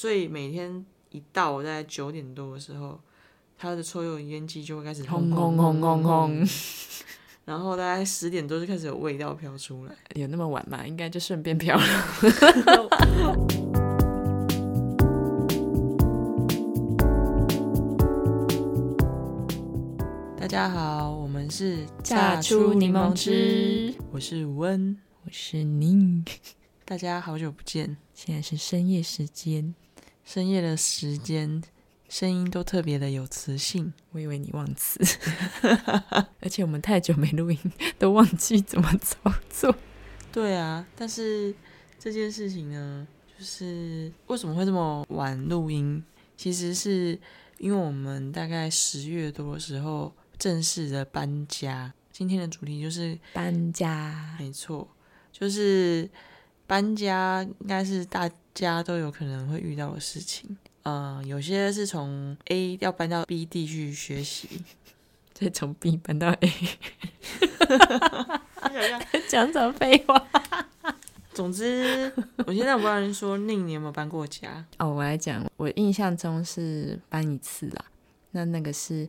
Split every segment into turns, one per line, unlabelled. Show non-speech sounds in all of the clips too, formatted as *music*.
所以每天一到我大概九点多的时候，它的抽油烟机就会开始
轰
轰
轰
轰
轰轰轰，
*laughs* 然后大概十点多就开始有味道飘出来。
有那么晚吗？应该就顺便飘了。
大家好，我们是
榨出柠檬汁，
我是温，
我是宁，
大家好久不见，
现在是深夜时间，
深夜的时间，声音都特别的有磁性。
我以为你忘词， *laughs* 而且我们太久没录音，都忘记怎么操作。
对啊，但是这件事情呢，就是为什么会这么晚录音，其实是因为我们大概十月多的时候正式的搬家。今天的主题就是
搬家，
没错，就是搬家应该是大家都有可能会遇到的事情。嗯，有些是从 A 要搬到 B 地去学习。
再从 B 搬到 A，
你想一下
讲什么废话？
总之，我现在我不知道说宁你有没有搬过家？
哦，我来讲，我印象中是搬一次啦，那那个是。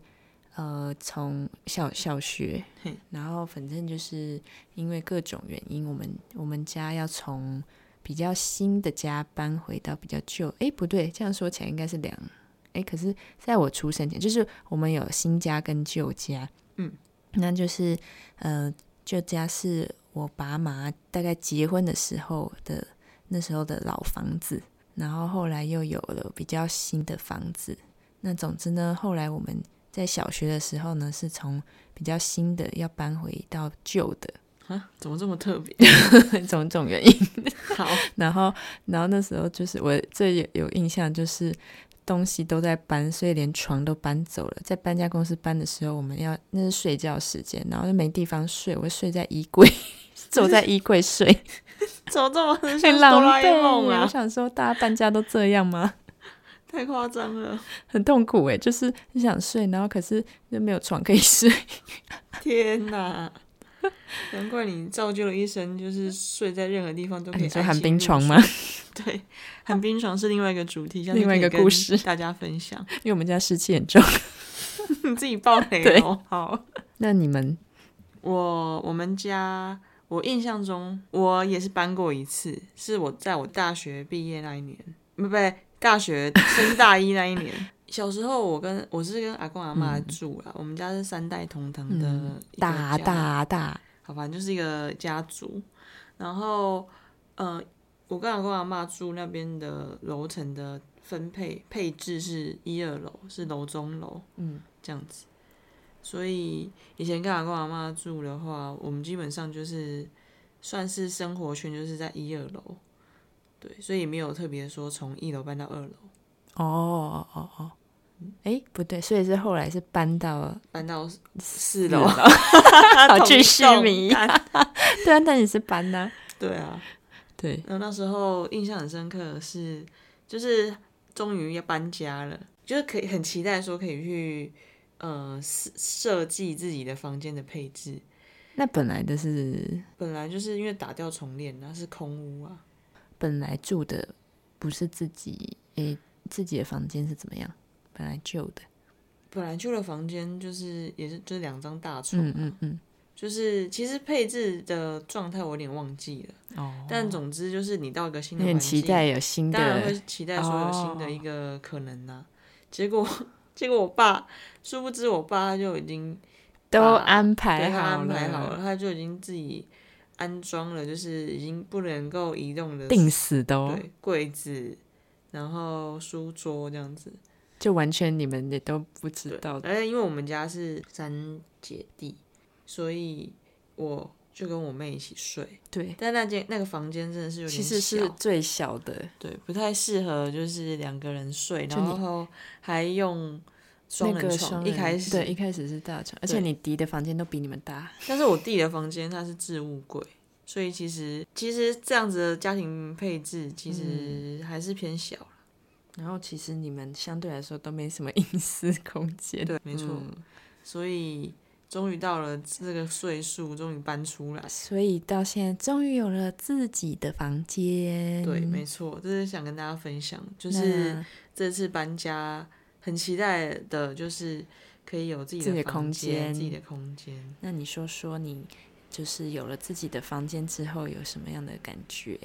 呃，从小小学
嘿，
然后反正就是因为各种原因，我们我们家要从比较新的家搬回到比较旧。诶，不对，这样说起来应该是两。诶，可是在我出生前，就是我们有新家跟旧家。
嗯，
那就是呃，旧家是我爸妈大概结婚的时候的那时候的老房子，然后后来又有了比较新的房子。那总之呢，后来我们在小学的时候呢，是从比较新的要搬回到旧
*laughs*
的，
啊，怎么这么特别？
种种原因。
好，
然后，然后那时候就是我最有有印象就是东西都在搬，所以连床都搬走了。在搬家公司搬的时候，我们要那是睡觉时间，然后就没地方睡，我睡在衣柜， *laughs* 坐在衣柜睡，
*laughs* 怎么这么很
很
哆
狼
啦 A 梦
狈。我
啊？
想说，大家搬家都这样吗？
太夸张了！
很痛苦诶、就是你想睡，然后可是又没有床可以睡。
天哪，难怪你造就了一身就是睡在任何地方都可以、
哎你说寒冰床吗？？
对，寒冰床是另外一个主题，下次
另外一
可以
个
跟
故事
大家分享。
因为我们家湿气很重。
你自己爆雷
*laughs* 对
哦。好，
那你们
我我们家，我印象中我也是搬过一次，是我在我大学毕业那一年，不不，大学升大一那一
*laughs*
年。小时候我跟我是跟阿公阿妈住啦，我们家是三代同堂的
嗯
一个家
大大大，
好，反正就是一个家族。然后，呃，我跟阿公阿妈住那边的楼层的分配配置是一二楼，是楼中楼
嗯，
这样子。所以以前跟阿公阿妈住的话，我们基本上就是算是生活圈就是在一二楼，对，所以也没有特别说从一楼搬到二楼，
哦哦哦，哎，不对，所以是后来是搬到
搬到四四 *laughs* 楼，
好
同
巨细
栋
迷
干
对啊，但 *laughs* 你是搬呐、
对啊，
对，
然后那时候印象很深刻的是，就是终于要搬家了，就是可以很期待说可以去呃设设计自己的房间的配置。
那本来的是
本来就是因为打掉重练，那是空屋啊，
本来住的不是自己，诶，自己的房间是怎么样？本来旧的，
本来旧的房间就是也是就是两张大床，
嗯嗯嗯，
就是其实配置的状态我有点忘记了，
哦
但总之就是你到一个新的
有点
环
期
境，
待有新
当然
的哦
会期待说有新的一个可能呐、结果 *laughs* 结果我爸，殊不知我爸他就已经。
都
把
安
对
排
他
好
安排好
了，
了，他就已经自己安装了，就是已经不能够移动的
定死的哦，
对柜子，然后书桌这样子。
就完全你们也都不知道，
而且因为我们家是三姐弟，所以我就跟我妹一起睡。
对，
但那间那个房间真的是有点
其实是
小
最小的，
对不太适合，就是两个人睡，
就你
然后还用双
那个
人
双
床。
人
一开始
对，一开始是大床，而且
对
你敌的房间都比你们大，
但是我弟的房间它是置物柜，所以其实其实这样子的家庭配置其
嗯
实还是偏小了。
然后其 *laughs* 实你们相对来说都没什么隐私空间。
对，没错。
嗯
所以终于到了这个岁数，终于搬出来。
所以到现在终于有了自己的房间。
对，没错，这是想跟大家分享，就是
嗯那
这次搬家很期待的，就是可以有自己
自己
的
的
房
空
间
间
自己的空间。
那你说说你就是有了自己的房间之后有什么样的感觉？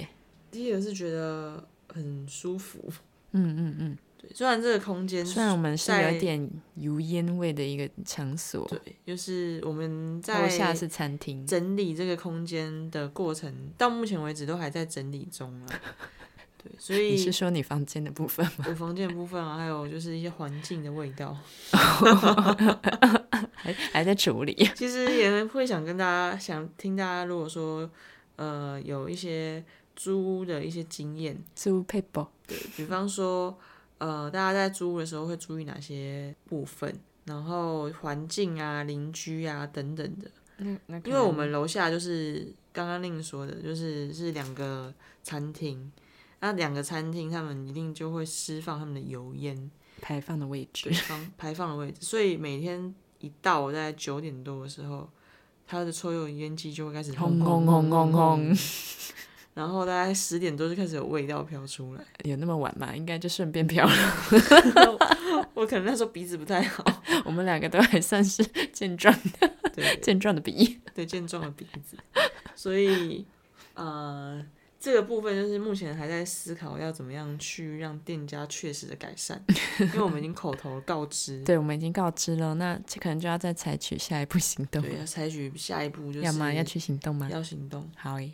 第一个是觉得很舒服，
嗯嗯嗯。
对，虽然这个空间
虽然我们是有
嗯在
一点油烟味的一个场所，
对，就是我们在
楼下是餐厅，
整理这个空间的过程，到目前为止都还在整理中
*laughs*
啊。对，所
你是
以
说你房间的部分吗？ *laughs*
我房间的部分啊，还有就是一些环境的味道，
还还在处理？
其实也会想跟大家想听大家，如果说呃有一些租屋的一些经验，
租 *laughs* paper
对比方说呃大家在租屋的时候会注意哪些部分，然后环境啊、邻居啊等等的。
那嗯那
因为我们楼下就是刚刚令说的，就是是两个餐厅，那两个餐厅他们一定就会释放他们的油烟，
排放的位置 *laughs*
对，放排放的位置，所以每天一到我大概九点多的时候，它的抽油烟机就会开始
轰
轰
轰轰
轰
轰轰，
然后大概十点多就开始有味道飘出来， *laughs*
有那么晚吗？应该就顺便飘了。 *laughs*
我可能那时候鼻子不太好，
我们两个都还算是健壮
对
健壮的比，
对健壮的鼻子，所以呃。这个部分就是目前还在思考要怎么样去让店家确实的改善，因为我们已经口头告知，
对我们已经告知了，那这可能就要再采取下一步行动，
对，要采取下一步就是
要吗？要去行动吗？
要行动。
好诶，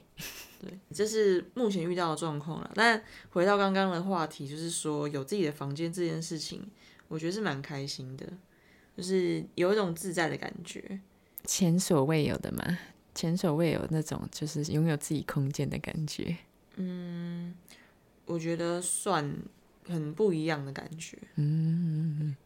对，这是目前遇到的状况了。但回到刚刚的话题，就是说有自己的房间这件事情，我觉得是蛮开心的，就是有一种自在的感觉。
前所未有的嘛，前所未有那种就是拥有自己空间的感觉。
我觉得算很不一样的感觉。 *laughs*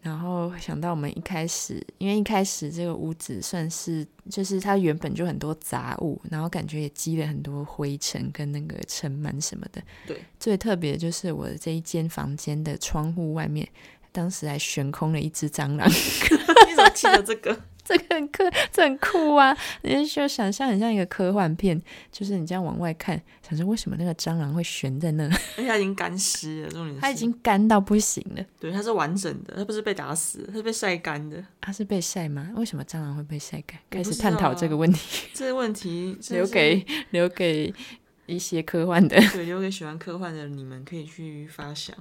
然后想到我们一开始，因为一开始这个屋子算是就是它原本就很多杂物，然后感觉也积了很多灰尘跟那个尘螨什么的。
对，
最特别的就是我这一间房间的窗户外面，当时还悬空了一只蟑螂， *laughs*
你怎么记得这个？
这个很酷，这很酷啊！你就想象很像一个科幻片，就是你这样往外看，想说为什么那个蟑螂会悬在那？
而且它已经干湿了，重点是
它已经干到不行了。
对，它是完整的，它不是被打死的，它是被晒干的。
它啊是被晒吗？为什么蟑螂会被晒干？
我
开
不
始
知
探
道
讨
啊
这个问题。
这个问
*laughs*
题真
留
是
给留给一些科幻的。
对，留给喜欢科幻的你们可以去发
*laughs*
想。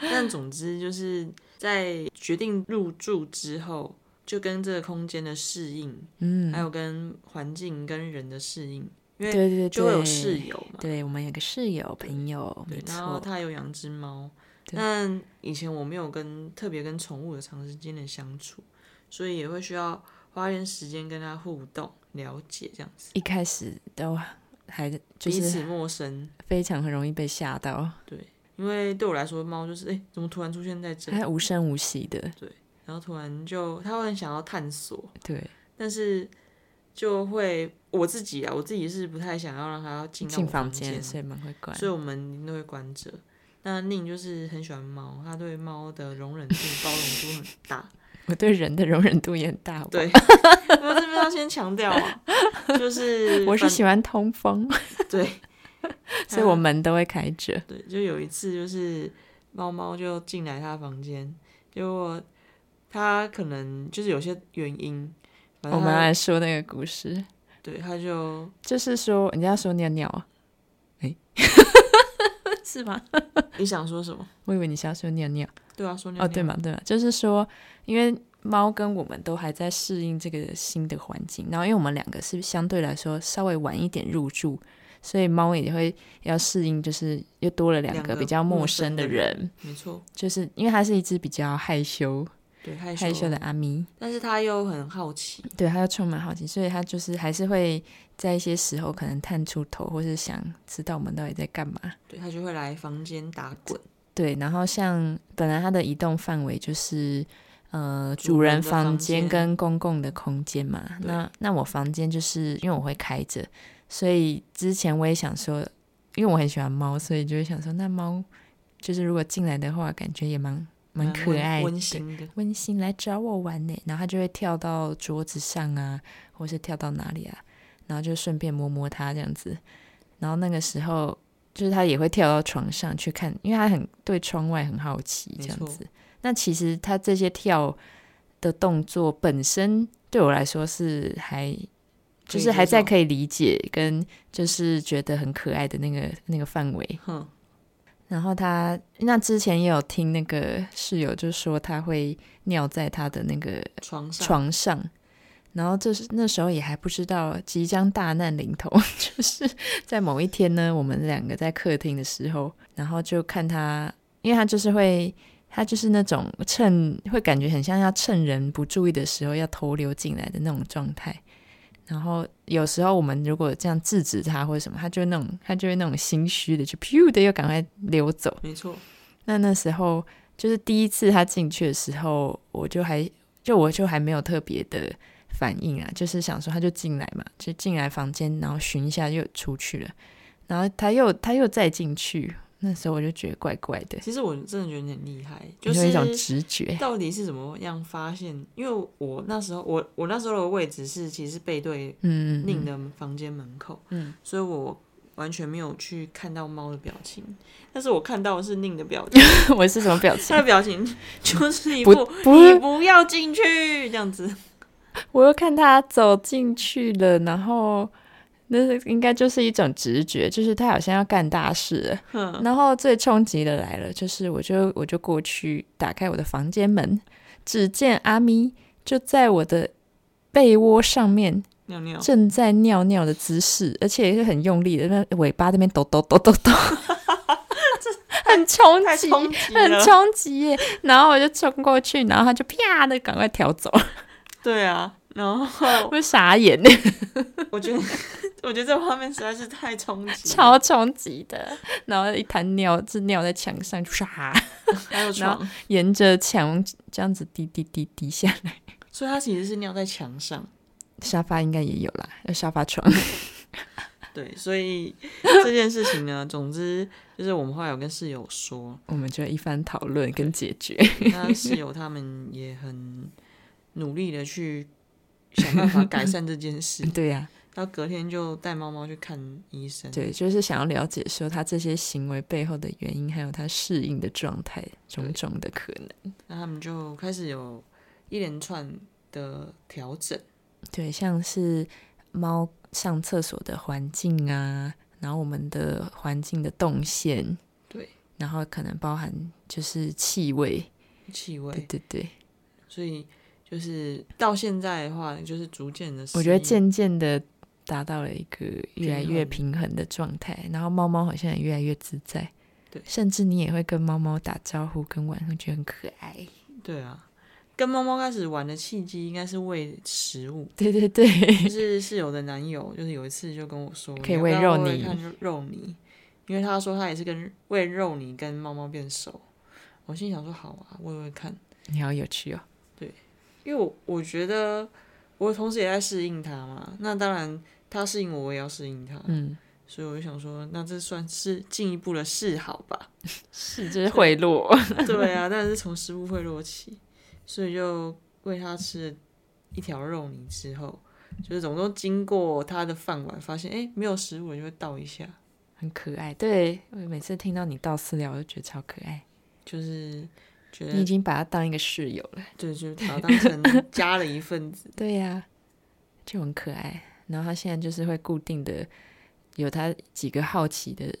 但总之就是在决定入住之后，就跟这个空间的适应，
嗯，
还有跟环境跟人的适应，因
对
为
对对，
就会有室。友嘛。
对我们有个室友朋友，没
对，然后
错，
他有养只猫，
对
但以前我没有跟特别跟宠物有长时间的相处，所以也会需要花一点时间跟它互动、了解这样子，
一开始都还就
彼
是
此陌生。
非常很容易被吓到，
因为对我来说，猫就是哎、诶怎么突然出现在这里？
它无声无息的，
然后突然就他会很想要探索，
对，
但是就会我自己啊，我自己是不太想要让他进到
进
我
房
间，
间，所以门会关。
所以我们一定都会关着。那宁就是很喜欢猫，他对猫的容忍度、包容度很大。
我对人的容忍度也很大，好不好 *laughs*
对，我这边要先强调啊，就是
我是
反
喜欢通风，，
对
*laughs* 所以我门都会开着。
对，就有一次就是猫猫就进来他房间，结果他可能就是有些原因，反
我
正
们
他
来说那个故事，
对他就
就是说人家说尿尿啊，哎， *laughs* 是吗？
*laughs* 你想说什么？
我以为你是要说尿尿。
对啊，说尿
哦，
尿
对嘛，对嘛，就是说，因为猫跟我们都还在适应这个新的环境，然后因为我们两个是相对来说稍微晚一点入住，所以猫也会要适应，就是又多了两
两个
比较
陌
陌
生
生
的
的
人
人，
没错，
就是因为它是一只比较害羞
对害羞
害羞的，阿咪，
但是他又很好奇，
对，它又充满好奇，所以它就是还是会在一些时候可能探出头，或是想知道我们到底在干嘛。
对他就会来房间打滚，
对，然后像本来它的移动范围就是呃
主
主
人
人
的
房
房
间
间
跟公共的空间嘛。
对
那那我房间就是因为我会开着，所以之前我也想说，因为我很喜欢猫，所以就会想说那猫就是如果进来的话，感觉也蛮蛮可
温
爱的
温馨的。
温馨来找我玩呢，然后他就会跳到桌子上啊，或是跳到哪里啊，然后就顺便摸摸它这样子。然后那个时候，就是他也会跳到床上去看，因为他很对窗外很好奇
没
这样
错
子。那其实他这些跳的动作本身对我来说是还
可
就
以
是还
接
在
受
可以理解跟就是觉得很可爱的那个那个范围。
哼，
然后他那之前也有听那个室友就说他会尿在他的那个
床上
床上，然后这是那时候也还不知道即将大难临头， *laughs* 就是在某一天呢，我们两个在客厅的时候，然后就看他，因为他就是会。他就是那种趁会感觉很像要趁人不注意的时候要偷溜进来的那种状态，然后有时候我们如果这样制止他或者什么，他就会那种他就会那种心虚的就 *laughs* 噗的又赶快溜走，
没错，
那那时候就是第一次他进去的时候，我就还就我就还没有特别的反应啊，就是想说他就进来嘛，就进来房间，然后巡一下又出去了，然后他又他又再进去，那时候我就觉得怪怪的，
其实我真的觉得你很厉害，
有
就是
一种直觉，
到底是怎么样发现？因为我那时候，我我那时候的位置是其实是背对
嗯，
另
嗯
的房间门口，
嗯，
所以我完全没有去看到猫的表情，但是我看到的是宁的表情， *laughs*
嗯 *laughs* 我是什么表情
它？的表情
*laughs*
就是一
不
副
不
你不要进去这样子，
我又看他走进去了，然后那是应该就是一种直觉，就是他好像要干大事了。然后最冲击的来了，就是我就我就过去打开我的房间门，只见阿咪就在我的被窝上面
尿尿，
正在尿尿的姿势，而且也是很用力的，那尾巴那边抖抖抖抖
*laughs*
抖，很冲
太
击，
冲击
很
了，
冲击耶。然后我就冲过去，然后他就啪的赶快调走，
对啊，然后
我傻眼。
我觉得 *laughs* 我觉得这画面实在是太冲击了，
超冲击的，然后一滩尿是尿在墙上，唰，
还有
然后
床，
*laughs* 沿着墙这样子滴滴滴滴下来。
所以它其实是尿在墙上。
沙发应该也有啦，呃沙发床。 *laughs*
对，所以这件事情呢， *laughs* 总之就是我们后来有跟室友说，
我们就一番讨论跟解决。，
那室友他们也很努力的去想办法改善这件事
对呀、
然后隔天就带猫猫去看医生。
对，就是想要了解说他这些行为背后的原因，还有他适应的状态种种的可能。
那他们就开始有一连串的调整，
对，像是猫上厕所的环境啊，然后我们的环境的动线，
对，
然后可能包含就是气味，
气
对
味，
对对。
所以就是到现在的话，就是逐渐的，
我觉得渐渐的达到了一个越来越
平
平衡的状态，然后猫猫好像也越来越自在，
对
甚至你也会跟猫猫打招呼、跟玩，会觉得很可爱。
对啊，跟猫猫开始玩的契机应该是喂食物。
对对对， *laughs*
*laughs* 就是室友的男友，就是有一次就跟我说，
可
你
以
要
喂
不要
肉泥
看肉泥，因为他说他也是跟喂肉泥跟猫猫变熟。我心想说好啊，喂喂看，
你好有趣哦。
因为我我觉得我同时也在适应它嘛，那当然它适应我，我也要适应它，
嗯，
所以我就想说，那这算是进一步的示好吧？
是，这是贿赂。
*laughs* 对啊，但是从食物贿赂起，所以就喂它吃了一条肉泥之后。就是总共经过它的饭碗，发现哎、诶没有食物了，就会倒一下。
很可爱，对我每次听到你倒饲料，我就觉得超可爱。
就是觉
你已
得
经把它当一个室友了，
对，就把它当成家的一份子。
对呀、就很可爱。然后它现在就是会固定的有它几个好奇的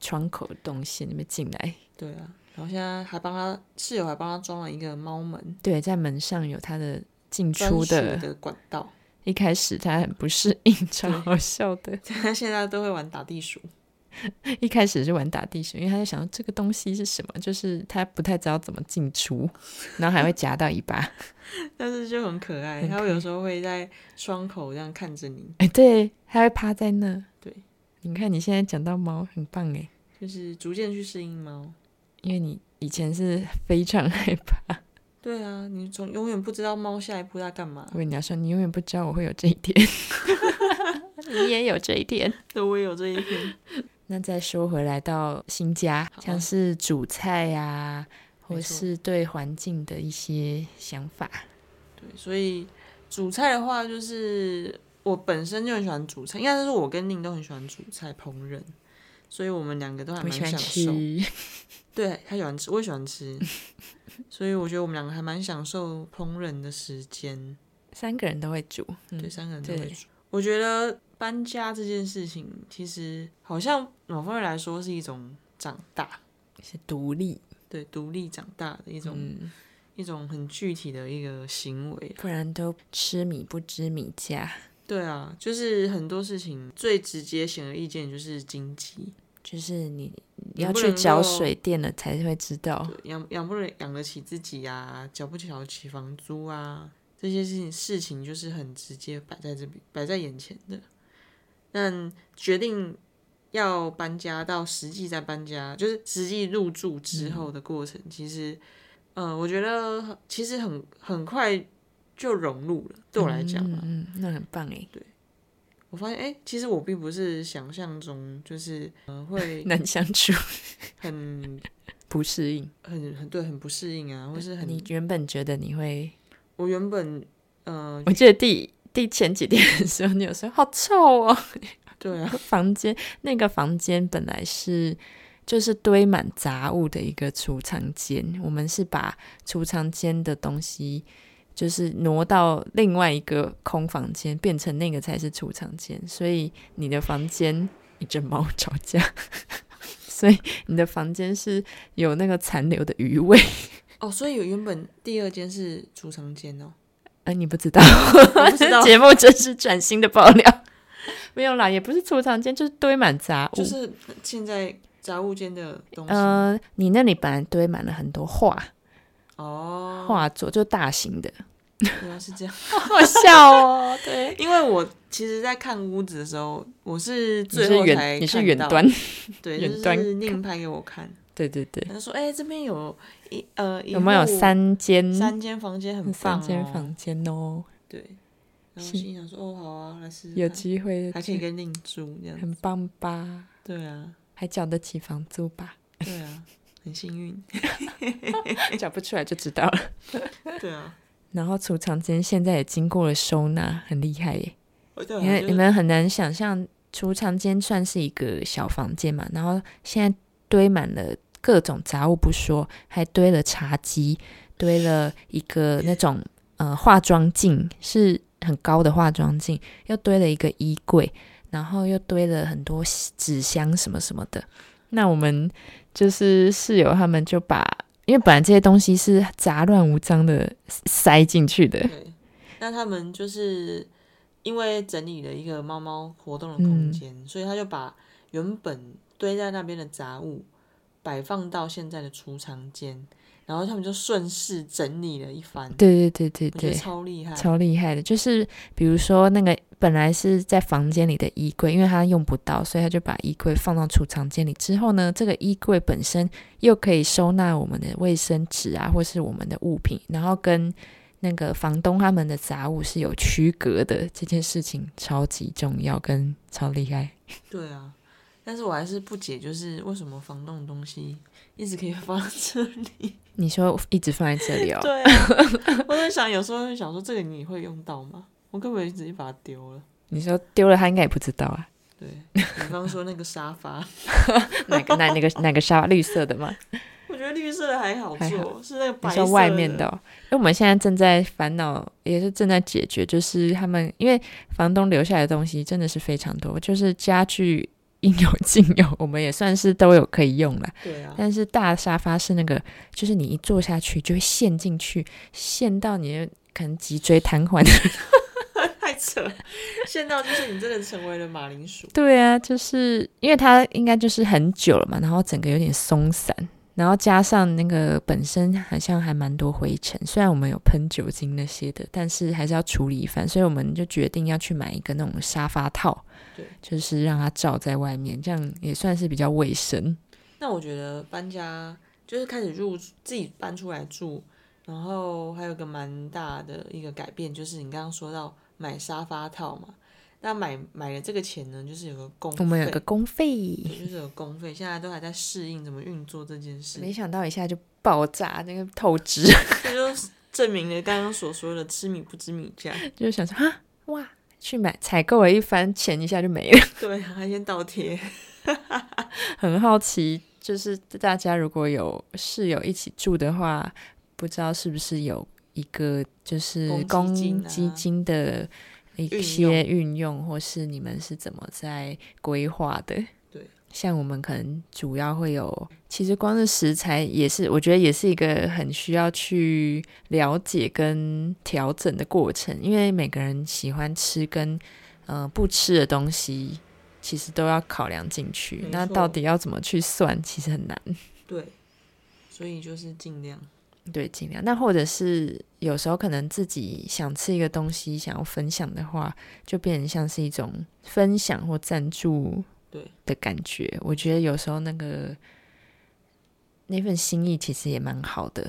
窗口动线那边进来，
对啊，然后现在还帮他室友还帮他装了一个猫门，
对，在门上有它的进
专
出
属
的。
的管道。 *laughs*
一开始它很不 *laughs* 适应，超好笑的。
他现在都会玩打地鼠，
一开始是玩打地鼠，因为他在想这个东西是什么，就是他不太知道怎么进出，然后还会夹到尾巴。
但是就很可爱。
很
他
可
会有时候会在窗口这样看着你，
哎，对，他会趴在那。
对，
你看你现在讲到猫，很棒哎，
就是逐渐去适应猫。
因为你以前是非常害怕，
对啊，你总永远不知道猫下一步要干嘛。
我跟你要说，你永远不知道我会有这一天， *laughs* 你也有这一天。
对，我也有这一天。
那再说回来到新家，
好啊
像是煮菜呀、啊，或是对环境的一些想法。
*laughs* 对，所以煮菜的话，就是我本身就很喜欢煮菜，应该是我跟宁都很喜欢煮菜烹饪，所以我们两个都还
我
蛮
喜欢
享受。
吃，
对他喜欢吃，我也喜欢吃，所以我觉得我们两个还蛮享受烹饪的时间。
*laughs* 三个人都会煮。
嗯对，三个人都会
对
煮。我觉得搬家这件事情，其实好像某方面来说是一种长大，
是独立，
对，独立长大的一种、
嗯，
一种很具体的一个行为。
不然都吃米不知米价，
对啊，就是很多事情最直接显而易见就是经济，
就是你你
能
要
不
去
能
找
够
水电了才会知道。
对养养不能养得起自己啊，缴不了起房租啊，这些事情事情就是很直接摆在这边摆在眼前的。但决定要搬家到实际在搬家，就是实际入住之后的过程，其实，呃，我觉得其实很很快就融入了。对我来讲
嗯
啊，
嗯，嗯那很棒哎，
我发现哎、诶其实我并不是想象中就是呃
*laughs*
会
难相处，
很
不适应。
很很对很不适应啊，或是很
你原本觉得你会，
我原本呃
我记得第第前几天的时候，你有说好臭哦，
对啊。
*laughs* 房间那个房间本来是就是堆满杂物的一个储藏间，我们是把储藏间的东西就是挪到另外一个空房间，变成那个才是储藏间，所以你的房间一只猫吵架。 *laughs* 所以你的房间是有那个残留的余味，
哦，所以原本第二间是储藏间
*laughs*
哦，
而呃你不知道，
我不知道，
*laughs* 节目真是崭新的爆料。 *laughs* 没有啦，也不是储藏间，就是堆满杂物。
就是现在杂物间的东西、
呃，你那里本来堆满了很多画
哦，
画作，就大
*laughs*
型的，
原来是这样。 *laughs*
好笑哦。对，
因为我其实，在看屋子的时候，我是
你
最
是
后才
远，你是
看
远
到，
端， *laughs*
对，
远
就
端
是宁拍给我看，
对对对。
他就说：“哎、这边有一呃，一
有没有
户
三间？嗯
三间房间很棒、
三
哦，
间房间哦，
对。”然后
是
我心想说：“哦，好啊，来试试
有
看
机会
还可以跟宁住这样子。
很棒吧？”
对啊，
还缴得起房租吧？ *laughs*
对啊，很幸运。
缴不出来就知道了。
对啊，
然后储藏间现在也经过了收纳，很厉害耶。
我对啊
因为
就
你
是
们很难想象，储藏间算是一个小房间嘛，然后现在堆满了各种杂物不说，还堆了茶几，堆了一个那种呃化妆镜，是很高的化妆镜，又堆了一个衣柜，然后又堆了很多纸箱什么什么的。那我们就是室友他们就把，因为本来这些东西是杂乱无章的塞进去的，
对，那他们就是因为整理了一个猫猫活动的空间，所以他就把原本堆在那边的杂物摆放到现在的储藏间，然后他们就顺势整理了一番，
对对
我
对对
觉
对
得，超厉害。
超厉害的，就是比如说那个本来是在房间里的衣柜，因为他用不到，所以他就把衣柜放到储藏间里。之后呢，这个衣柜本身又可以收纳我们的卫生纸啊，或是我们的物品，然后跟那个房东他们的杂物是有区隔的。这件事情超级重要，跟超厉害。
对啊，但是我还是不解，就是为什么房东的东西一直可以 *laughs* 放到这里？
你说一直放在这里
*laughs*
哦，
对啊，我在想，有时候就想说，这个你会用到吗？我根本直接把它丢了。
你说丢了他应该也不知道啊。
对，比方说那个沙发。
哪个哪那个哪个沙绿色的吗？
我觉得绿色的还好
还
做，是那个
你
白色
说外面的、哦，因为我们现在正在烦恼，也是正在解决，就是他们因为房东留下来的东西真的是非常多，就是家具应有尽有，我们也算是都有可以用
*laughs*
了。
对啊，
但是大沙发是那个，就是你一坐下去就会陷进去，陷到你的可能脊椎瘫痪。
*laughs* 太扯了。现到就是你真的成为了马铃薯，
对啊，就是因为它应该就是很久了嘛，然后整个有点松散，然后加上那个本身好像还蛮多灰尘，虽然我们有喷酒精那些的，但是还是要处理一番，所以我们就决定要去买一个那种沙发套
对，
就是让它罩在外面，这样也算是比较卫生。
*laughs* 那我觉得搬家就是开始入自己搬出来住，然后还有个蛮大的一个改变，就是你刚刚说到买沙发套嘛，那买买了这个钱呢，就是有个公费，
我们有个公费，
对就是有公费，现在都还在适应怎么运作这件事。
没想到一下就爆炸，那个透支，
这就证明了刚刚所说的“吃米不知米价
*laughs*
*laughs*
就想说啊哇，去买采购了一番，钱一下就没了。”。
对，啊还先倒贴。
很好奇，就是大家如果有室友一起住的话，不知道是不是有一个就是
公
公
积金啊
积金的一些运用，或是你们是怎么在规划的？
对，
像我们可能主要会有，其实光是食材也是，我觉得也是一个很需要去了解跟调整的过程，因为每个人喜欢吃跟呃不吃的东西，其实都要考量进去
没。
那
错
到底要怎么去算，其实很难。
对，所以就是尽量。
对，尽量。那或者是有时候可能自己想吃一个东西，想要分享的话，就变成像是一种分享或赞助
对
的感觉。我觉得有时候那个那份心意其实也蛮好的，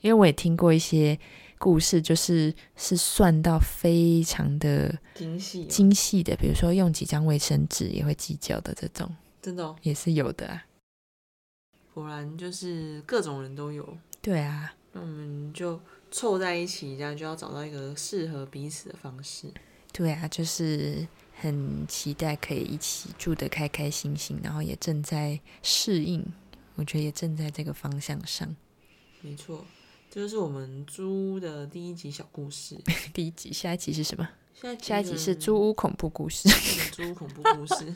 因为我也听过一些故事，就是是算到非常的
精细哦、
精细的，比如说用几张卫生纸也会计较的这种，
真的、哦，
也是有的啊。
果然就是各种人都有。
对啊，
那我们就凑在一起，这样就要找到一个适合彼此的方式。
对啊，就是很期待可以一起住得开开心心，然后也正在适应，我觉得也正在这个方向上。 *laughs*
没错，这就是我们租的第一集小故
*laughs*
事。
第一集，下一集是什么？
现在
下一集是
租。
租屋恐怖故事。 *laughs*
猪恐怖故事，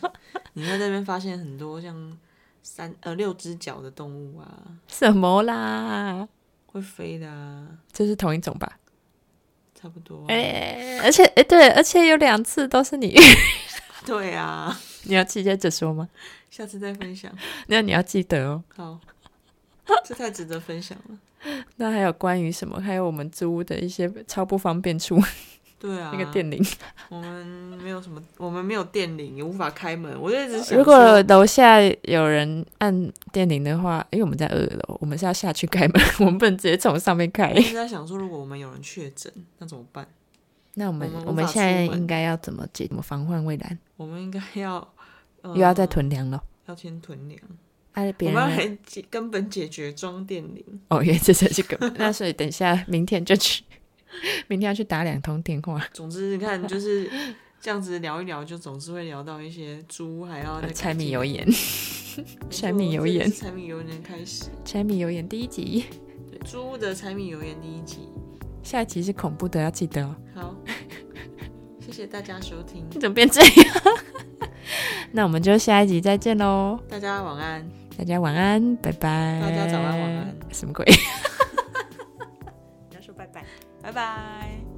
你会在那边发现很多像三呃六只脚的动物啊，
什么啦？
会飞的啊，
这是同一种吧？
差不多、啊。
哎、而且哎、对，而且有两次都是你，
*laughs*
*laughs*
对啊，
你要记接着说吗？
下次再分享。
那你要记得哦。
好，这太值得分享了。
那还有关于什么？还有我们租屋的一些超不方便处，
对啊，
那个电铃。
我们没有什么，我们没有电铃，也无法开门。我就一直想说，
如果楼下有人按电铃的话，因为我们在二楼，我们是要下去开门， *laughs* 我们不能直接从上面开
我。一直在想说，如果我们有人确诊，那怎么办？
那我们
我们无法
我们现在
出门
应该要怎么解？怎么防患未然？
我们应该要、呃、
又要再囤粮了。
要先囤粮，
啊，
我
别
们
人
要
来
来解根本解决装电铃。
哦，原来这才是这 *laughs* 个。那所以等一下，明天就去， *laughs* 明天要去打两通电话，
总之，你看就是 *laughs* 这样子聊一聊，就总是会聊到一些猪，还要那个
呃柴米油盐，柴
柴
米油盐，
柴米油盐开始。
柴米油盐第一集，
对，猪的柴米油盐第一集。
下一集是恐怖的，要记得哦。
好，谢谢大家收听，
你怎么变这样？ *laughs* 那我们就下一集再见喽。
大家晚安。
大家晚安，拜拜。
大家早安晚安，
什么鬼？你要说拜拜。
拜拜。